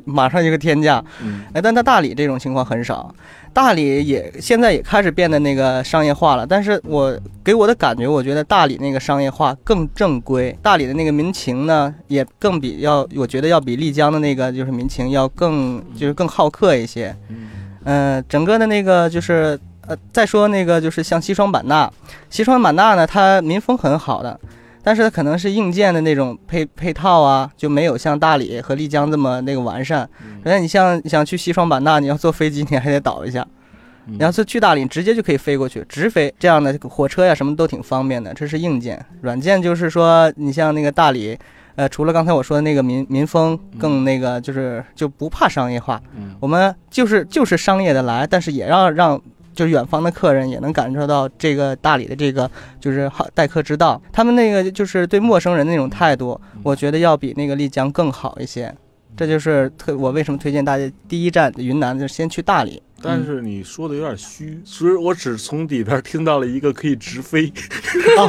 C: 马上一个天价。
B: 嗯
C: 哎，但在大理这种情况很少，大理也现在也开始变得那个商业化了。但是我给我的感觉，我觉得大理那个商业化更正规，大理的那个民情呢，也更比要，我觉得要比丽江的那个就是民情要更就是更好客一些。
B: 嗯
C: 嗯、整个的那个就是呃，再说那个就是像西双版纳，西双版纳呢，它民风很好的，但是它可能是硬件的那种配配套啊，就没有像大理和丽江这么那个完善。人家你像你想去西双版纳，你要坐飞机，你还得倒一下；
B: 嗯
C: 你要是去大理，你直接就可以飞过去，直飞。这样的火车呀，什么都挺方便的。这是硬件，软件就是说，你像那个大理。呃，除了刚才我说的那个民民风更那个，就是就不怕商业化，
B: 嗯
C: 我们就是就是商业的来，但是也要让就是远方的客人也能感受到这个大理的这个就是好待客之道。他们那个就是对陌生人的那种态度
B: 嗯，
C: 我觉得要比那个丽江更好一些。这就是特我为什么推荐大家第一站云南就先去大理。
B: 但是你说的有点虚，其实我只从里边听到了一个可以直飞， (laughs)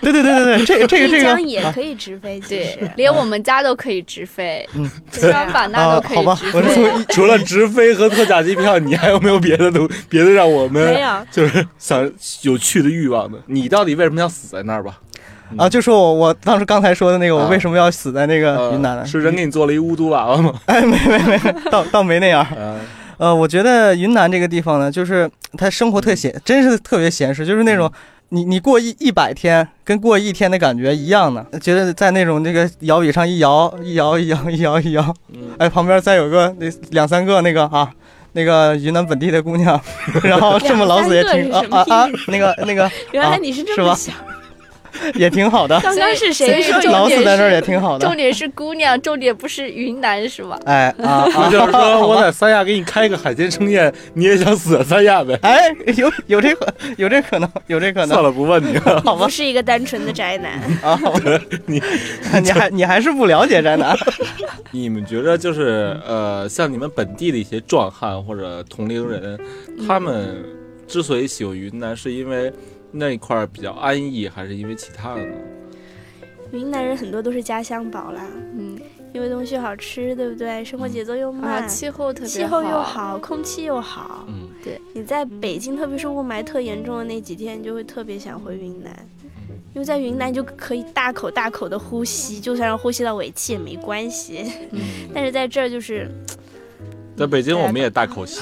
C: 对对对对对，这个这个
D: 丽
C: 这
D: 江
C: 个
D: 也可以直飞，其
E: 对
D: 实，
E: 连我们家都可以直飞，
C: 嗯
E: 西双版纳
C: 啊
E: 都，可
C: 好
E: 以
C: 吧
E: 直，
C: 我是
E: 飞。
C: 从一
B: 除了直飞和特价机票，你还有没有别的东别的让我
C: 呃
D: 没
B: 们
D: 有。
B: (laughs) 就是想有去的欲望的？你到底为什么要死在那儿吧？
C: 啊，就说我我当时刚才说的那个，我为什么要死在那个
B: 呃
C: 云南呢？
B: 是人给你做了一巫毒娃娃
C: (laughs)
B: 吗？
C: 哎，没没没，倒倒没那样。
B: 嗯
C: 呃，我觉得云南这个地方呢，就是它生活特闲，真是特别闲适，就是那种你你过一一百天跟过一天的感觉一样的，觉得在那种那个摇椅上一摇一摇一摇一摇一摇，哎，旁边再有个那两三个那个啊。那个云南本地的姑娘，然后这么老死也挺啊
D: 两三个是什么
C: 啊啊，那个那个
D: (laughs) 原来你是这么
C: 啊
D: 想，
C: 也挺好
D: (laughs)
C: 的，
D: 刚刚是谁
E: 所以
D: 说
E: 所以重
C: 老
E: 点
C: 死在
E: 是
C: 这儿也挺好
E: 重
C: 的，
E: 点是姑
C: (laughs)
E: 娘，重点不是云南是吧？
C: 哎啊，啊
D: (laughs)
B: 那就是说
C: 好吧
B: 我在三亚给你开个海鲜盛宴，你也想死在三亚呗？
C: 哎，有有这个有这可能，有这可能
B: 算。了，不问你了。
C: 好吧
D: 不是一个单纯的宅男。
C: 啊，
B: 你
C: 你还你还是不了解宅男，
B: 你们觉得就是呃，像你们本地的一些壮汉或者同龄人，他们之所以喜欢云南，是因为那一块儿比较安逸，还是因为其他的呢？
D: (laughs) 云南人很多都是家乡宝啦，
E: 嗯
D: 因为东西好吃，对不对？生活节奏又慢，
E: 啊，气候特别
D: 哎气候又，好，空气又好。
B: 嗯，
D: 你在北京，特别是雾霾特严重的那几天，你就会特别想回云南，
B: 嗯
D: 因为在云南你就可以大口大口的呼吸，就算是呼吸到尾气也没关系。
B: 嗯
D: (laughs) 但是在这
B: (laughs)
D: 儿就是
B: 在北京我们也大口吸，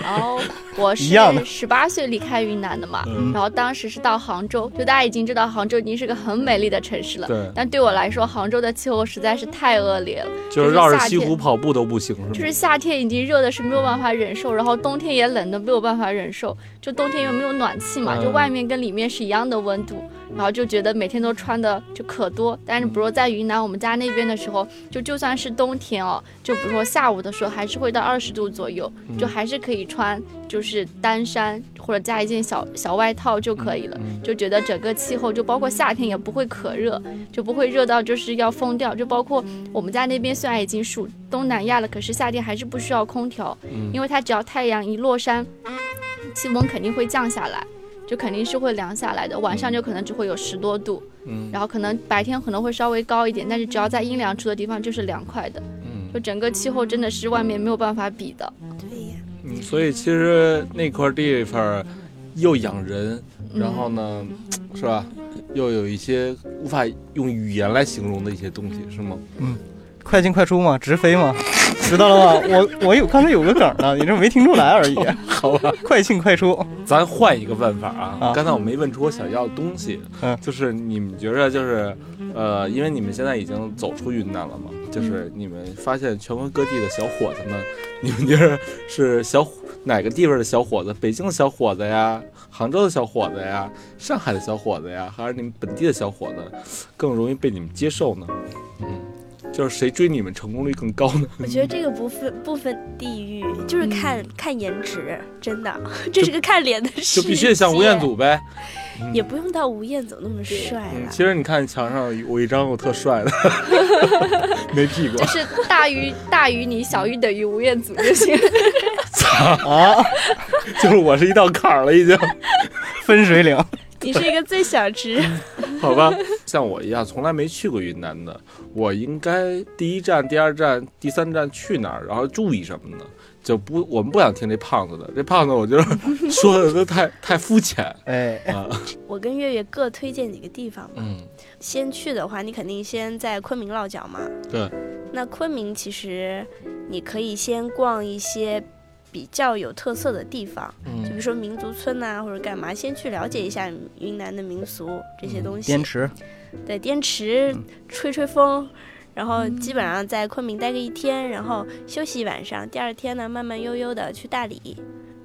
E: 然后我
C: (laughs) 一
E: 是
C: 样的
E: 十八岁离开云南的嘛，
B: 嗯
E: 然后当时是到杭州，就大家已经知道杭州已经是个很美丽的城市了。
B: (laughs) 对，
E: 但对我来说，杭州的气候实在是太恶劣了，
B: 就是绕着西湖跑步都不行，
E: 就是是
B: 吗？
E: 夏天已经热的是没有办法忍受，然后冬天也冷的没有办法忍受，就冬天又没有暖气嘛，
B: 嗯
E: 就外面跟里面是一样的温度，然后就觉得每天都穿的就可多。但是比如说在云南我们家那边的时候，就就算是冬天哦，就比如说下午的时候还是会到二十度左右，
B: 嗯
E: 就还是可以穿就是单衫或者加一件小小外套就可以了。
B: 嗯
E: 就觉得整个气候，就包括夏天也不会可热，就不会热到就是要疯掉。就包括我们家那边虽然已经属东南亚了，可是夏天还是不需要空调，
B: 嗯
E: 因为它只要太阳一落山，气温肯定会降下来，就肯定是会凉下来的。晚上就可能只会有十多度，
B: 嗯
E: 然后可能白天可能会稍微高一点，但是只要在阴凉处的地方就是凉快的。
B: 嗯
E: 就整个气候真的是外面没有办法比的。
D: 对呀，
B: 嗯，所以其实那块地方又养人，
E: 嗯
B: 然后呢，是吧？又有一些无法用语言来形容的一些东西，是吗？
C: 快进快出嘛，直飞嘛，知道了吧？我我有刚才有个梗呢，你这没听出来而已。
B: 好吧，
C: 快进快出，
B: 咱换一个问法啊！
C: 啊
B: 刚才我没问出我想要的东西，
C: 嗯
B: 就是你们觉着就是，呃，因为你们现在已经走出云南了嘛，就是你们发现全国各地的小伙子们， (laughs) 你们觉着是小伙哪个地方的小伙子？北京的小伙子呀，杭州的小伙子呀，上海的小伙子呀，还是你们本地的小伙子更容易被你们接受呢？嗯，就是谁追你们成功率更高呢？
D: 我觉得这个不分不分地域，就是看、看颜值，真的， (laughs) 这是个看脸的事
B: 嗯就
D: 情。
B: 必须得像吴彦，祖嗯呗。
D: 也不用到吴彦祖那么帅啊
B: 嗯，
D: 了。
B: 其实你看墙上有我一张我特帅的， (laughs) 没屁股
E: 就。是大于大于你，小于等于吴彦祖就行。
B: 就是我是一道坎儿了，已经，
C: 分水岭。
D: 你是一个最小
B: (laughs)
D: 值，
B: 好吧。像我一样从来没去过云南的，我应该第一站、第二站、第三站去哪儿，然后注意什么呢？就不，我们不想听这胖子的，这胖子我觉得 (laughs) 说的都太太肤浅
C: 哎，
B: 啊。
D: 我跟月月各推荐几个地方吧。
B: (laughs) 嗯，
D: 先去的话，你肯定先在昆明落脚嘛。
B: 对。
D: 那昆明其实你可以先逛一些比较有特色的地方，
B: 嗯
D: 就比如说民族村呐、或者干嘛，先去了解一下云南的民俗这些东西。
C: 滇池，
D: 对，嗯滇池吹吹风，然后基本上在昆明待个一天，然后休息一晚上，第二天呢慢慢悠悠的去大理，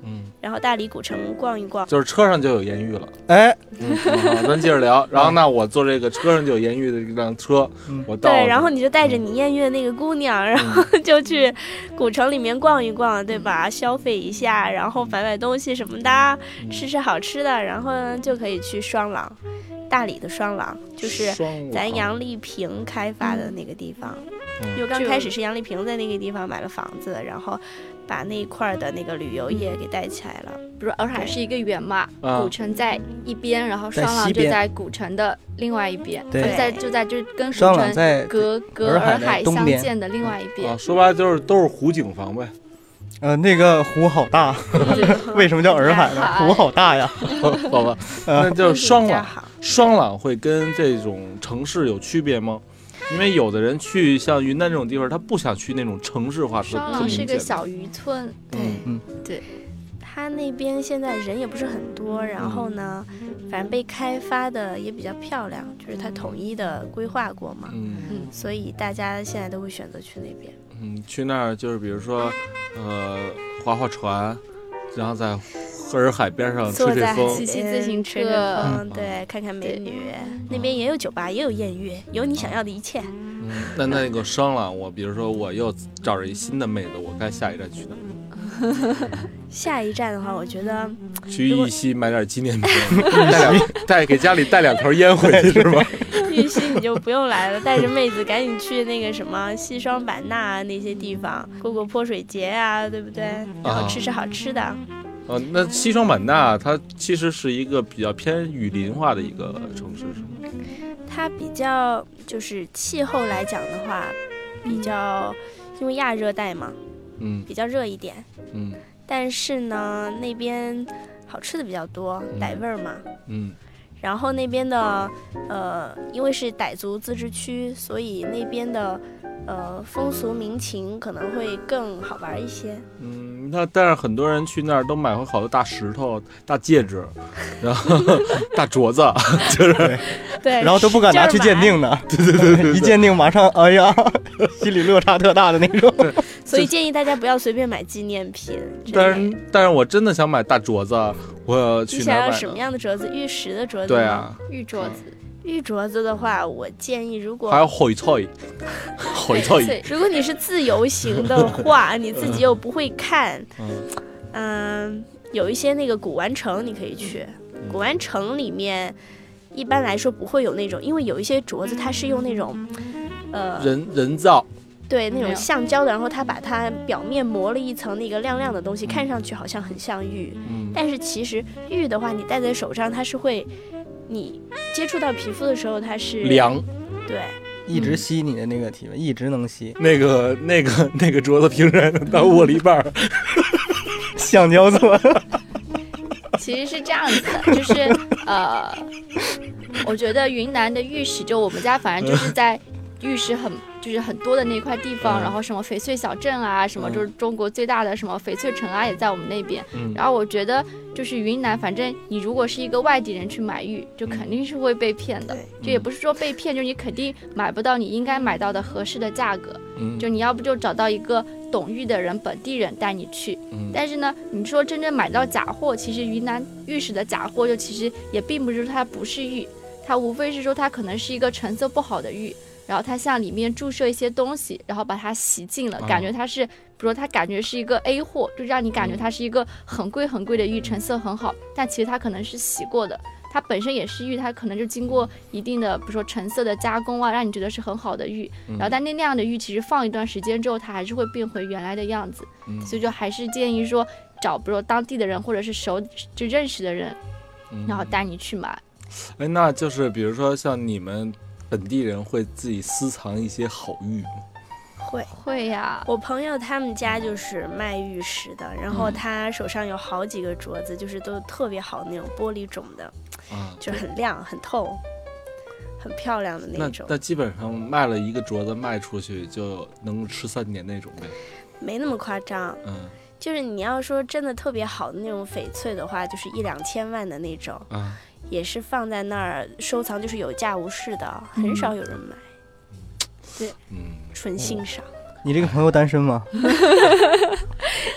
B: 嗯，
D: 然后大理古城逛一逛。
B: 就是车上就有艳遇了。
C: 哎，
B: 嗯，好，咱接着聊。然后那我坐这个车上就有艳遇的这辆车
C: 嗯，
B: 我到
D: 对，然后你就带
B: 嗯
D: 着你艳遇的那个姑娘，然后就去古城里面逛一逛，对
B: 嗯
D: 吧？消费一下，然后买买东西什么的，吃吃好吃的，然后呢就可以去双廊，大理的双廊就是
B: 双
D: 咱
B: 廊
D: 杨丽萍开发的那个地方
B: 嗯。
D: 就刚
E: 就
D: 开始是杨丽萍在那个地方买了房子，然后把那一块儿的那个旅游
B: 嗯
D: 业给带起来了。哦
E: 比如洱海是一个圆嘛，
B: 啊
E: 古城在一边，然后
C: 嗯在
E: 双廊
C: 西
E: 就
C: 边
E: 在古城的另外一边，
C: 对
E: 就在就在就是跟古
C: 双廊
E: 城
C: 在
E: 隔隔
C: 洱海
E: 洱
C: 的
E: 海
C: 东
E: 相
C: 边嗯哦
E: 见的另外一边
B: 啊，。说白了就是都是湖景房呗。
C: 呃，那个湖好大，为什么叫洱海呢？湖好大呀。
B: 好吧，那就双
D: 比较
E: 啊
B: 朗，
D: 好。
B: 双朗会跟这种城市有区别吗？因为有的人去像云南这种地方，他不想去那种城市化，特
E: 双
B: 特
E: 廊
B: 明
E: 是
B: 显
E: 个
B: 的。
E: 小渔
C: (laughs)
E: 村，对，
D: 它那边现在人也不是很多，然后呢，反正被开发的也比较漂亮，就是它统一的规划过嘛，
B: 嗯
D: 所以大家现在都会选择去那边。
B: 嗯，去那儿就是比如说，呃，划划船，然后在洱海边上吹
D: 坐
B: 嗯吹
D: 在
B: 风
D: 海，
E: 骑骑
D: 边
E: 自行
D: 吹着
E: 车
D: 风
B: 嗯
D: 对，看看美女。那边也有酒吧，也有艳遇，有你想要的一切。
B: 嗯那那个伤了我，比如说我又找着一新的妹子，我该下一站去哪儿？
D: 下一站的话，我觉得 (laughs)
B: 去
D: 如果
B: 玉溪买点纪念品，带两带给家里带两条烟回去是吧？
D: 玉溪你就不用来了，带着妹子赶紧去那个什么西双版纳啊那些地方，过过泼水节啊，对不对？然后吃吃好吃的。
B: 呃，那西双版纳它其实是一个比较偏雨林化的一个城市，是吗？
D: 它比较就是气候来讲的话，比较因为亚热带嘛，
B: 嗯
D: 比较热一点。
B: 嗯
D: 但是呢，那边好吃的比较多，傣味儿嘛。
B: 嗯
D: 然后那边的，呃，因为是傣族自治区，所以那边的，呃，风俗民情可能会更好玩一 (laughs) 些。
B: 嗯。那但是很多人去那儿都买回好多大石头、大戒指，然后大镯子，就是
D: 对，
C: 然后都不敢拿去鉴定呢。对对 (laughs) 对，一鉴定马上，哎呀， (laughs) 心理落差特大的那种。
D: 所以建议大家不要随便买纪念品之类的。
B: 但是但是我真的想买大镯子，我
D: 你
B: 去哪
D: 嗯想
B: 儿
D: 要
B: 买
D: 什么
B: 呢？
D: 样的镯子？玉石的镯子？
B: 对。啊，
E: 玉镯子。
D: 玉镯子的话，我建议如果
B: 还有翡翠，翡翠，
D: 如果你是自由行的话， (laughs) 你自己又不会看，
B: 嗯
D: 嗯，有一些那个古玩城你可以去，
B: 嗯
D: 古玩城里面一般来说不会有那种，因为有一些镯子它是用那种，呃，
B: 人人造，
D: 对那
E: 没有
D: 种橡胶的，然后它把它表面磨了一层那个亮亮的东西，看上去好像很像玉，
B: (laughs) 嗯
D: 但是其实玉的话，你戴在手上它是会，你接触到皮肤的时候它是，
B: 凉。
D: 对，
C: 一直吸你的那个体温，一直能吸，
B: 那个那个那个镯子平时还能当握了一半儿，
C: 橡胶做的。
E: 其实是这样子的，就是呃，我觉得云南的玉石，就我们家反正就是在玉石很就是很多的那块地方，
B: 嗯
E: 然后什么翡翠小镇啊，什么
C: 嗯
E: 就是中国最大的什么翡翠城啊，也在我们那边。
B: 嗯
E: 然后我觉得就是云南，反正你如果是一个外地人去买玉，
B: 嗯
E: 就肯定是会被骗的。就也不是说被骗，就你肯定买不到你应该买到的合适的价格。
B: 嗯
E: 就你要不就找到一个懂玉的人，本地人带你去。
B: 嗯
E: 但是呢，你说真正买到假货，其实云南玉石的假货，就其实也并不是说它不是玉，它无非是说它可能是一个成色不好的玉，然后它向里面注射一些东西，然后把它洗净了，
B: 啊
E: 感觉它是，比如说它感觉是一个 A 货，就让你感觉它是一个很贵很贵的玉，成色很好，但其实它可能是洗过的。它本身也是玉，它可能就经过一定的，比如说成色的加工啊，让你觉得是很好的玉。
B: 嗯
E: 然后，但那那样的玉其实放一段时间之后，它还是会变回原来的样子。
B: 嗯
E: 所以就还是建议说，找比如说当地的人或者是熟就认识的人，然后
D: 嗯
E: 带你去买。
B: 哎，那就是比如说像你们本地人会自己私藏一些好玉吗？
D: 会。
E: 会呀、
D: 我朋友他们家就是卖玉石的，然
C: 嗯
D: 后他手上有好几个镯子，就是都特别好的那种玻璃种的，
B: 啊，
D: 就是很亮、很透、很漂亮的
B: 那
D: 那种，
B: 那基本上卖了一个镯子卖出去就能吃三年那种呗。
D: 没那么夸张。
B: 嗯
D: 就是你要说真的特别好的那种翡翠的话，就是一两千万的那种，
B: 啊，
D: 也是放在那儿收藏，就是有价无市的，很少有人买，
B: 嗯，
D: 纯欣赏。
C: 你这个朋友单身吗？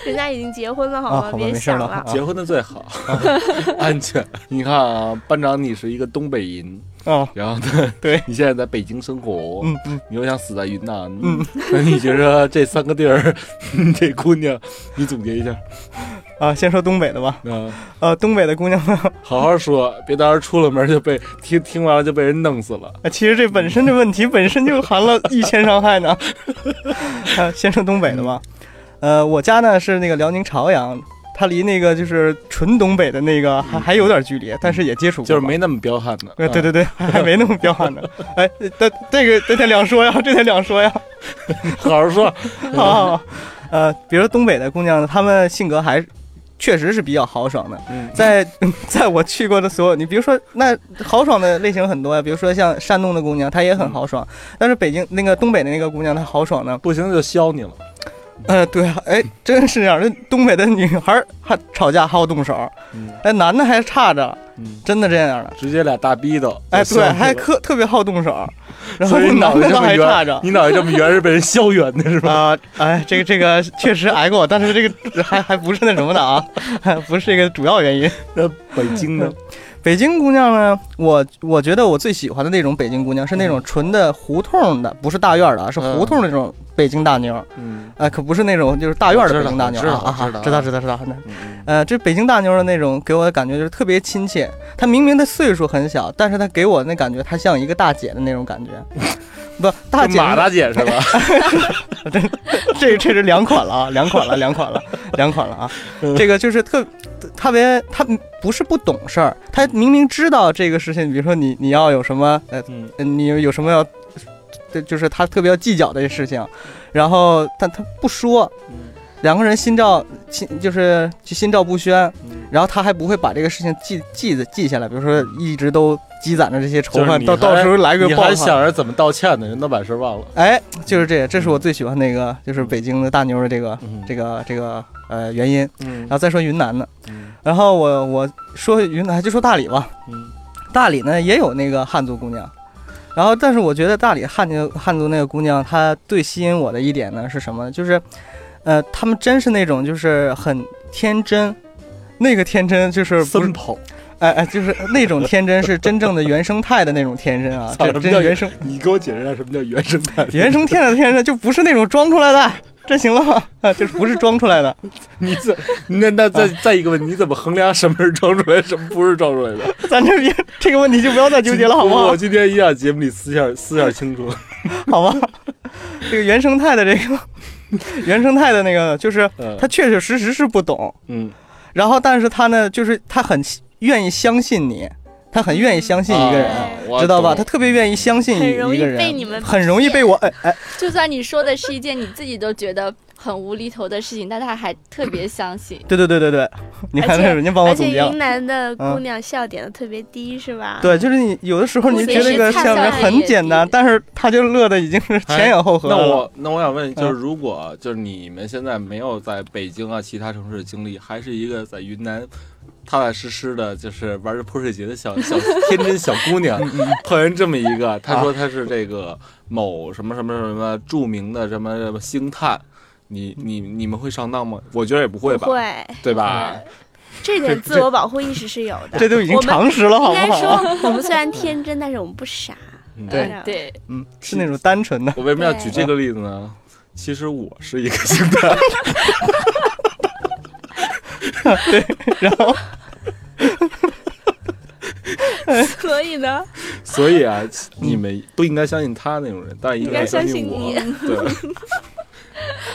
D: 人家已经结婚
C: (laughs)
D: 了，好
C: 啊
D: 吗？
C: 好吧
D: 别
C: 没事
D: 想
C: 了
D: 了
C: 啊。
B: 结婚的最好， (laughs) 安全。你看啊，班长你是一个东北人，
C: 啊，
B: 然后呢，
C: 对
B: 你现在在北京生活，
C: 嗯嗯，
B: 你又想死在云南，那你觉着这三个地儿， (laughs) 这姑娘，你总结一下
C: 啊，先说东北的吧。
B: 啊，
C: 呃，东北的姑娘们，
B: 好好说，别到时候出了门就被听听完了就被人弄死了。
C: 啊其实这本身这问题本身就含了一千伤害呢。 (laughs) 啊，先说东北的吧。呃，我家呢是那个辽宁朝阳，它离那个就是纯东北的那个还还有点距离，但是也接触过
B: 嗯就是
C: 吧
B: 没那么彪悍的，
C: 呃，对
B: 啊， (laughs)
C: 对对，还还没那么彪悍呢。哎，这这个这得两说呀，这得两说呀。
B: 嗯 (laughs) 好好说，
C: 啊，呃，比如说东北的姑娘呢，她们性格还是确实是比较豪爽的。
B: 嗯
C: 在 (laughs) 在我去过的所有，你比如说那豪爽的类型很多呀，啊比如说像山东的姑娘，她也很豪爽，
B: 嗯
C: 但是北京那个东北的那个姑娘，她豪爽呢， (laughs)
B: 不行就削你了。
C: 呃，对啊，哎，真是这样，那东北的女孩儿还吵架好动手，
B: 嗯
C: 哎，男的还差着，
B: 嗯，
C: 真的这样的。
B: 直接俩大逼斗。
C: 哎，
B: 就削
C: 对，
B: 你了
C: 还特特别好动
B: (laughs)
C: 手，然后
B: 所以你
C: 男
B: 脑袋
C: 的
B: 这
C: 倒
B: 么
C: 还
B: 圆，
C: 差着。
B: 你脑袋这么圆是被人削圆的是吧？
C: (laughs) 啊，哎，这个这个确实挨过，但是这个还还不是那什么的啊， (laughs) 不是一个主要原因。
B: 那北京呢？
C: 北京姑娘呢，我我觉得我最喜欢的那种北京姑娘是那种纯的胡同的，不是大院的啊，是胡同那种北京大妞儿。
B: 嗯
C: 呃，可不是那种就是大院的北京大妞
B: 我知道
C: 啊啊
B: 我知道，
C: 知道知道知道。那
B: 嗯
C: 呃，这北京大妞的那种给我的感觉就是特别亲切，她明明她岁数很小，但是她给我那感觉她像一个大姐的那种感觉。 (laughs) 不，大姐
B: 马大姐是吧？
C: 这这是两款了啊，两款了，两款了，两款了啊！
B: 嗯
C: 这个就是特特别，他不是不懂事儿，他明明知道这个事情，比如说你你要有什么呃，
B: 嗯
C: 你有什么要，对就是他特别要计较的事情，然后但他不说，两个人心照心就是心照不宣，然后他还不会把这个事情记记记下来，比如说一直都积攒着这些仇
B: 就是
C: 恨，
B: 你
C: 到到
B: 还
C: 时候来个
B: 你
C: 爆
B: 还
C: 发。
B: 想着怎么道歉呢？人都把事儿忘了。
C: 哎，就是这，这是我最喜欢那个，就是北京的大妞的这个、
B: 嗯
C: 这个这个呃原因。
B: 嗯
C: 然后再说云南的，
B: 嗯
C: 然后我我说云南就说大理吧，
B: 嗯
C: 大理呢也有那个汉族姑娘，然后但是我觉得大理汉族汉族那个姑娘，她最吸引我的一点呢是什么呢？就是，呃，她们真是那种就是很天真，那个天真就是不是
B: 森跑，
C: 哎哎，就是那种天真是真正的原生态的那种
B: (laughs)，
C: 天真啊
B: 操
C: 这
B: 什么
C: 真
B: 叫
C: 原生
B: 你给我解释一下什么叫原生态？
C: 原生天的天真就不是那种装出来的，这行了 (laughs) 吗？啊就是不是装出来的。
B: 你怎那那再再一个问题，你怎么衡量什么是装出来，什么不是装出来的？
C: (laughs) 咱这别这个问题就不要再纠结了，好不
B: 我
C: 好
B: 我？今天一定要节目里私下私下清 (laughs) 楚。
C: (laughs) 好吧，这个原生态的这个 (laughs) 原生态的那个，就是
B: 嗯
C: 他确确实实是不懂，
B: 嗯，
C: 然后但是他呢，就是他很愿意相信你，他很愿意相信一个人。
B: 啊我
C: 知道吧？他
B: 懂
C: 特别愿意相信
D: 很容
C: 一
D: 易
C: 个人，
D: 被你们
C: 很容易被我哎哎，
E: 就算你说的是一件你自己都觉得很无厘头的事情，但他还特别相信。
C: 对对对对对，你看
D: 而且
C: 人家帮我
D: 而
C: 总
D: 且
C: 结了
D: 云，南的姑娘笑点都特别低，是吧？，
C: 对，就是你有的时候你
E: 不
C: 觉得
E: 随
C: 这个
E: 时看
C: 笑
E: 笑
C: 话
E: 话
C: 很
E: 也
C: 简单，
E: 低
C: 但是他就乐的已经是前仰后合了。
B: 哎那我那我想问，就是
C: 嗯
B: 如果就是你们现在没有在北京啊其他城市的经历，还是一个在云南踏踏实实的，就是玩着泼水节的小 (laughs) 小天真小姑娘， (laughs) 碰见这么一个，她说她是这个某什么什么什么著名的什么什么星探，你你你们会上当吗？我觉得也不会吧，
D: 会，
B: 对吧？
D: 这点自我保护意识是有的。
C: 这都已经
D: 我们
C: 常识了，好
D: 应
C: 不
D: 该
C: 好？
D: 说，我们虽然天真，但是我们不傻。
B: 嗯
C: 对
D: 你知道
E: (laughs)
D: 吗，
E: 对，
C: 嗯，是那种单纯的。
B: 我为什么要举
D: 对
B: 这个例子呢？其实我是一个星探，
C: 然后
D: 所以呢，
B: (laughs) 所以啊，你们不应该相信他那种人，但应
D: 应该
B: 该相
D: 相
B: 信
D: 信
B: 我
D: 你。
B: (laughs) 对，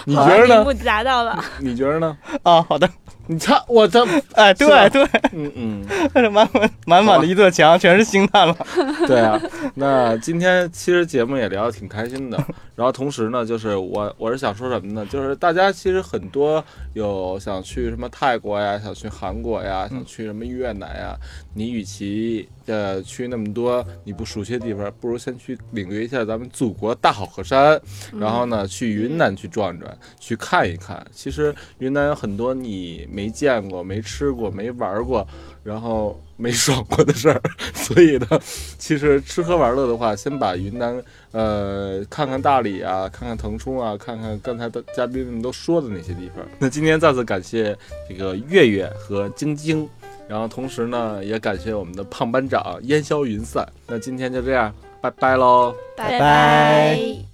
B: 你觉得
D: 屏
B: 呢？
D: 幕砸到了。
B: 你觉得呢？
C: 啊，好的，
B: 你看我这，
C: 哎，对
B: 是吧
C: 对， (laughs)
B: 嗯嗯，
C: 满满满满的一座墙全是星探了。
B: 对啊。那今天其实节目也聊得挺开心的，然后同时呢，就是我我是想说什么呢？就是大家其实很多有想去什么泰国呀，想去韩国呀，想去什么越南呀，你与其呃去那么多你不熟悉的地方，不如先去领略一下咱们祖国大好河山，然后呢去云南去转转，去看一看。其实云南有很多你没见过、没吃过、没玩过，然后没爽过的事儿， (laughs) 所以呢，其实吃喝玩乐的话，先把云南呃看看大理啊，看看腾冲啊，看看刚才的嘉宾们都说的那些地方。那今天再次感谢这个月月和晶晶。然后同时呢，也感谢我们的胖班长烟消云散。那今天就这样，拜拜喽。
C: 拜拜
D: 拜